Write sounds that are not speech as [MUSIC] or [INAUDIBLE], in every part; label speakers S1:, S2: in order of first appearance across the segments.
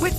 S1: With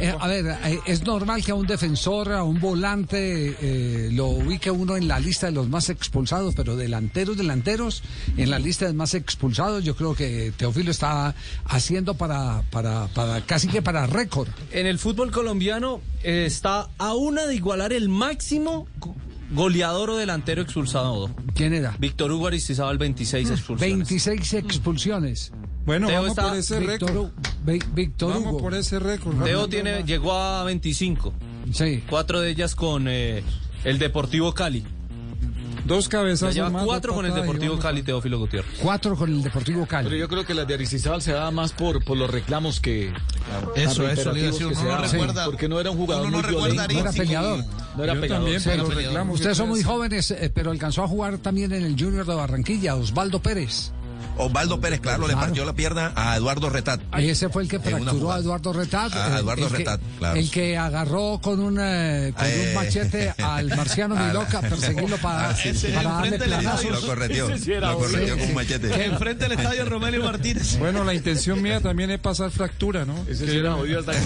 S2: Eh, a ver, eh, es normal que a un defensor, a un volante, eh, lo ubique uno en la lista de los más expulsados, pero delanteros, delanteros, en la lista de más expulsados, yo creo que Teófilo está haciendo para, para, para casi que para récord.
S3: En el fútbol colombiano eh, está a una de igualar el máximo go- goleador o delantero expulsado.
S2: ¿Quién era?
S3: Víctor Hugo Aristizábal, 26 expulsiones.
S2: 26 expulsiones.
S4: Bueno,
S3: Teo
S4: vamos
S3: está-
S4: por ese
S2: Víctor
S4: Mm. récord.
S2: Hu- Ví- Víctor
S4: Vamos
S2: Hugo.
S4: por ese récord.
S3: Teo
S4: Fernando.
S3: tiene, llegó a 25,
S2: Sí.
S3: cuatro de ellas con eh, el Deportivo Cali.
S4: Dos
S3: O sea,
S4: cabezas.
S3: lleva cuatro con el Deportivo Cali, Teófilo Gutiérrez.
S2: Cuatro con el Deportivo
S5: Pero
S2: Cali.
S5: yo creo que la de Aristizábal se daba más por, por los reclamos que.
S6: Eso,
S5: tan
S6: eso, le iba a
S5: reiterativos
S6: decir,
S5: que
S6: uno
S5: se
S6: no
S5: daban.
S6: recuerda-
S5: Porque no era un jugador
S6: uno no
S5: muy
S6: recuerda a
S5: violento.
S2: No era
S6: Arinzi como-
S2: peleador.
S5: No era
S4: Yo
S5: peleador.
S4: también,
S5: sí.
S4: pero reclamo.
S2: Ustedes son muy jóvenes, eh, pero alcanzó a jugar también en el Junior de Barranquilla, Osvaldo Pérez.
S6: Osvaldo Pérez, claro, le
S2: Claro.
S6: partió la pierna a Eduardo Retat.
S2: Ahí ese fue el que
S6: En una
S2: fracturó a
S6: jugada.
S2: Eduardo Retat.
S6: A
S2: eh,
S6: Eduardo
S2: el que-
S6: Retat, claro.
S2: El que agarró con un, eh, con un
S6: Eh.
S2: machete al
S6: [LAUGHS]
S2: marciano
S6: A la-
S2: Miloca, perseguirlo
S6: [LAUGHS]
S2: para,
S6: Ah, sí, sí.
S2: para darle
S6: Enfrente del estadio. Lo
S2: planazos.
S6: correteó, lo correteó con un machete.
S3: Enfrente del estadio Romelio Martínez.
S4: Bueno, la intención mía también es pasar fractura, ¿no?
S5: Ese sí era
S4: [LAUGHS]
S5: jodido hasta que-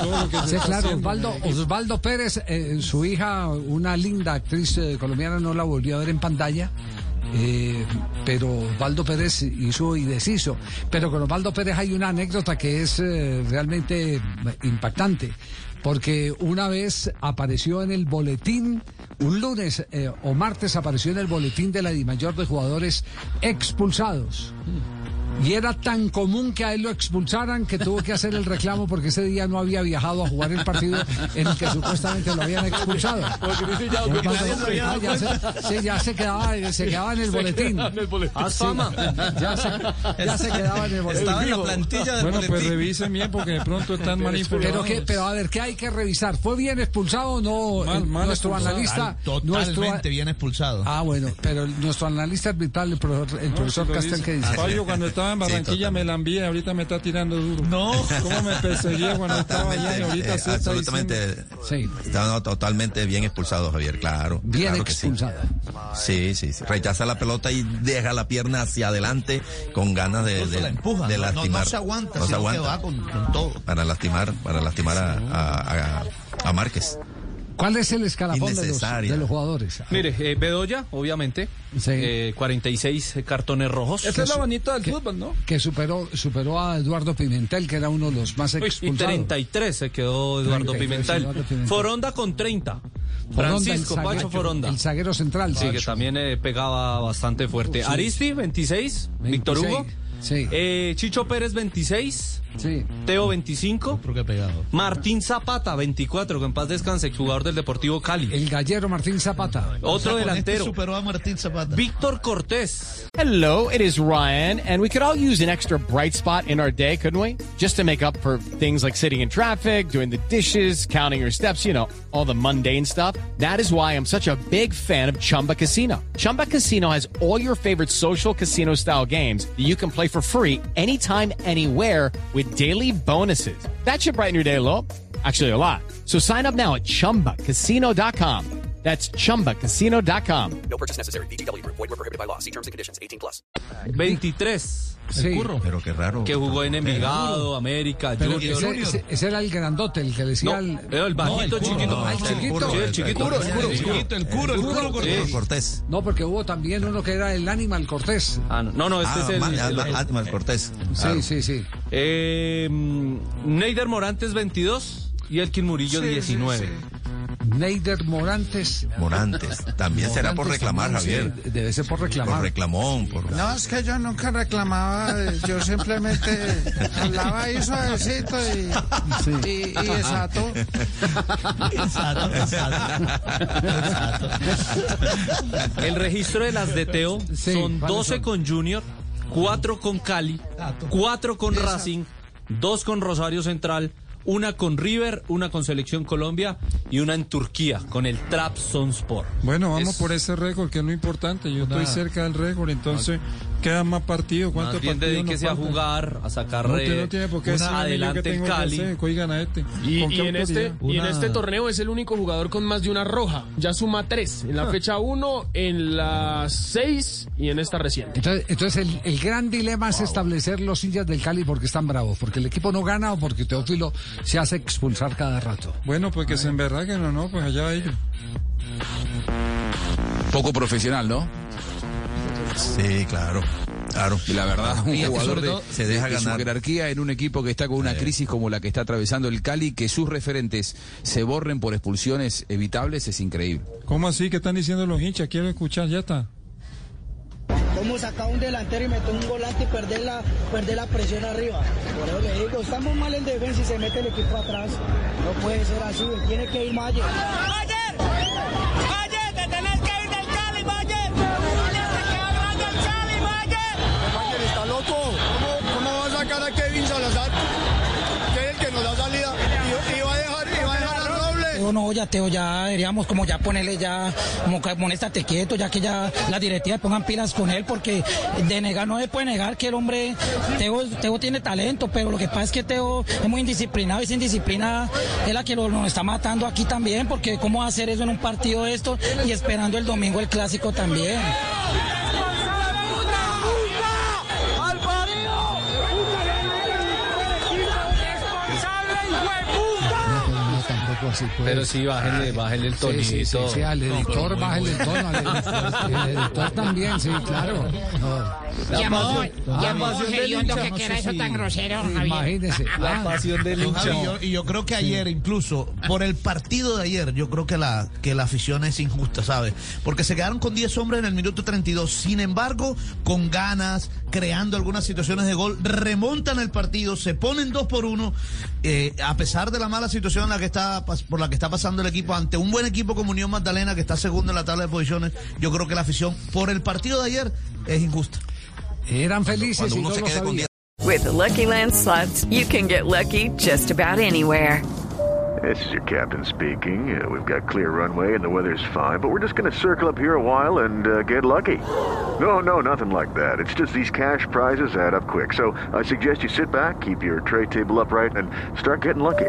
S4: Todo lo que se
S2: Sí,
S4: está
S2: claro,
S4: haciendo,
S2: Osvaldo,
S4: ¿no?
S2: Osvaldo Pérez, eh, su hija, una linda actriz eh, colombiana, no la volvió a ver en pantalla. eh, pero Osvaldo Pérez hizo y deshizo. Pero con Osvaldo Pérez hay una anécdota que es eh, realmente impactante. Porque una vez apareció en el boletín, un lunes eh, o martes apareció en el boletín de la Dimayor de jugadores expulsados. Y era tan común que a él lo expulsaran que tuvo que hacer el reclamo porque ese día no había viajado a jugar el partido en el que supuestamente lo habían expulsado. Ya cuando- ah, ya se- sí, ya se quedaba, eh, [LAUGHS] se quedaba en el boletín.
S6: Ah,
S3: Haz [LAUGHS] fama.
S2: Ya se, ya se quedaba en el boletín.
S3: Estaba en la plantilla del
S4: Bueno, pues
S3: boletín.
S4: revisen bien porque de pronto están manipulados.
S2: Pero, qué, pero a ver, ¿qué hay que revisar? ¿Fue bien expulsado o no?
S4: Mal,
S2: El-
S4: mal
S2: nuestro
S4: expulsado.
S2: analista.
S6: Totalmente
S2: nuestro,
S6: bien expulsado.
S2: ah, bueno, pero el- nuestro analista arbitral, el profesor, el
S4: No,
S2: profesor
S4: si lo
S2: Castel,
S4: dice.
S2: ¿qué dice?
S4: Fabio, cuando estaba en Barranquilla me la envié, ahorita me está tirando duro. No. ¿Cómo me perseguía cuando estaba allá y
S6: Totalmente,
S4: ahorita
S6: eh,
S4: sí está diciendo-
S6: absolutamente.
S2: Sí.
S6: Estaba no, totalmente bien expulsado, Javier, claro.
S2: Bien
S6: claro que sí.
S2: expulsado.
S6: Sí, sí, sí. Rechaza la pelota y deja la pierna hacia adelante con ganas de, de, de lastimar. No, se aguanta, se aguanta. Para lastimar, para lastimar a, a, a- a Márquez.
S2: ¿Cuál es el escalafón de los,
S6: Innecesaria.
S2: de los jugadores?
S3: Mire, eh, Bedoya, obviamente.
S2: Sí.
S3: eh, 46 cartones rojos.
S4: Eso es lo bonito del fútbol, ¿no?
S2: que superó superó a Eduardo Pimentel, que era uno de los más
S3: Uy, Y
S2: expulsados.
S3: 33 se quedó Eduardo
S2: 33,
S3: Pimentel.
S2: Eduardo Pimentel.
S3: Foronda con 30.
S2: Foronda, el
S3: Francisco
S2: zaguero-
S3: Pacho Foronda.
S2: El zaguero central.
S3: Sí,
S2: Pacho.
S3: que también eh, pegaba bastante fuerte.
S2: Sí.
S3: Aristi, 26. Víctor
S2: 26,
S3: Hugo.
S2: sí.
S3: Eh, Chicho Pérez, 26.
S2: Sí.
S3: Teo, 25. Martín Zapata, 24. Que en paz descanse, exjugador del Deportivo Cali.
S2: El gallero Martín Zapata.
S3: Otro delantero.
S5: a Martín Zapata.
S3: Víctor Cortés.
S7: Hello, it is Ryan, and we could all use an extra bright spot in our day, couldn't we? Just to make up for things like sitting in traffic, doing the dishes, counting your steps, you know, all the mundane stuff. That is why I'm such a big fan of Chumba Casino. Chumba Casino has all your favorite social casino style games that you can play for free anytime, anywhere with daily bonuses. That should brighten your day a little. Actually, a lot. So sign up now at chumbacasino.com. That's chumbacasino.com.
S3: 23.
S2: Sí.
S6: Pero qué raro.
S3: Que jugó en Envigado, América,
S2: Pero
S3: Junior.
S2: ese, ese- ese era el grandote, el que
S3: No,
S2: decía al-
S3: era el bajito chiquito.
S2: Ah, el
S6: No,
S2: chiquito.
S6: Curro,
S3: Sí, el chiquito.
S6: Curro,
S3: Sí,
S6: Curro,
S3: el
S6: Curro.
S3: chiquito, el
S6: Curro, Curro Cortés. Cortés.
S2: No, porque hubo también uno que era el Animal Cortés.
S3: Ah, no, no, no, este
S6: Ah,
S3: es el.
S6: Ma-
S3: el-
S6: Ma- Atmar Cortés.
S2: Sí,
S6: Claro.
S2: sí, sí.
S3: Eh, mm, Neider Morantes 22 y Elkin Murillo 19.
S2: Neider Morantes.
S6: Morantes. También será por
S3: Ah,
S6: reclamar, Javier.
S2: Sí, debe ser por
S6: Por
S2: reclamar.
S6: reclamón, por...
S4: No, es que yo nunca reclamaba, eh, yo simplemente
S8: [LAUGHS]
S4: hablaba ahí suavecito y, y, y exacto.
S3: El registro de las de
S4: [LAUGHS]
S3: Teo
S2: Sí,
S3: son
S2: ¿cuáles
S3: 12
S2: son?
S4: Ah,
S3: con Junior, 4 con Cali, 4 con Racing,
S8: dos con Rosario Central, una con River, una con Selección Colombia y una en Turquía con el Trabzonspor.
S4: Bueno, vamos
S8: Es-
S4: por ese récord, que es lo importante. Yo
S8: Nada.
S4: estoy cerca del récord, entonces queda más partido.
S8: Más
S4: ¿Cuántos
S8: bien
S4: partidos nos
S8: dedíquese a
S4: faltan?
S8: jugar, a sacar
S4: No,
S8: re-
S4: usted no tiene por qué
S8: una
S4: decirme a mí lo
S8: adelante
S4: que
S8: el
S4: tengo que
S8: Cali.
S4: hacer. Oigan a este.
S9: Y,
S4: ¿Con
S9: y
S4: qué
S9: en este,
S4: autoridad?
S9: y en este
S4: Una-
S9: torneo es el único jugador con más de una roja. Ya suma tres. En la
S10: Ah.
S9: fecha uno, en la seis y en esta reciente.
S10: Entonces, entonces el, el gran dilema es establecer los hinchas del Cali porque están bravos, porque el equipo no gana o porque Teófilo se hace expulsar cada rato.
S4: Bueno, pues
S9: Ah, eh.
S4: que se enverraguen o no, pues allá ellos.
S11: Poco profesional, ¿no?
S6: Sí, claro. Claro.
S11: Y la verdad, un
S6: Y es que
S11: jugador
S6: sobre
S11: de,
S6: todo se deja
S11: de- de su
S6: ganar.
S11: jerarquía en un equipo que está con una crisis como la que está atravesando el Cali, que sus referentes se borren por expulsiones evitables es increíble.
S4: ¿Cómo así? ¿Qué están diciendo los hinchas? Quiero escuchar, ya está.
S2: ¿Cómo sacar un delantero y meter un volante y perder la, perder la presión arriba? Por eso le digo, estamos mal en defensa y se mete el equipo atrás. No puede ser así, tiene que ir Mayer.
S12: está loco. ¿Cómo, cómo va a sacar a Kevin Salazar? Que es el que nos da salida. Y, y va a dejar, y va a dejar a Robles.
S2: Yo no, ya Teo, ya deberíamos como ya ponerle ya, como que monestate quieto, ya que ya las directivas pongan pilas con él, porque de negar no se puede negar que el hombre, Teo, Teo tiene talento, pero lo que pasa es que Teo es muy indisciplinado y esa indisciplina es la que lo, nos está matando aquí también, porque cómo va a hacer eso en un partido de esto y esperando el domingo el clásico también.
S10: No, tampoco así. pues.
S8: Pero sí, bájenle, bájenle el
S10: Sí, sí, sí,
S8: tonito.
S10: sí, al
S8: No,
S10: editor,
S8: pero muy
S10: bájale el
S8: bueno.
S10: tono. Al
S4: [LAUGHS]
S10: editor, al editor también, sí, claro. No.
S13: Llamó,
S10: Ah,
S13: llamó
S10: pasión del
S13: Gediondo
S10: hincha,
S13: que
S10: no
S13: quiera
S10: sé
S13: eso
S10: si-
S13: tan grosero, Javier.
S10: Imagínese.
S14: La pasión del
S3: Don
S14: hincha.
S3: Javi, yo- y yo creo que ayer, incluso por el partido de ayer, yo creo que la, que la afición es injusta, ¿sabes? Porque se quedaron con 10 hombres en el minuto 32. Sin embargo, con ganas, creando algunas situaciones de gol, remontan el partido, se ponen 2 por 1. eh, a pesar de la mala situación en la que está, pas- por la que está pasando el equipo, ante un buen equipo como Unión Magdalena, que está segundo en la tabla de posiciones, yo creo que la afición, por el partido de ayer, es injusta.
S10: Eran felices
S3: cuando
S10: y
S3: uno
S10: yo
S3: se
S10: lo
S3: queda con
S10: sabía.
S1: With the Lucky Land slots, you can get lucky just about anywhere.
S15: This is your captain speaking. Uh, we've got clear runway and the weather's fine, but we're just going to circle up here a while and uh, get lucky. No, no, nothing like that. It's just these cash prizes add up quick. So I suggest you sit back, keep your tray table upright, and start getting lucky.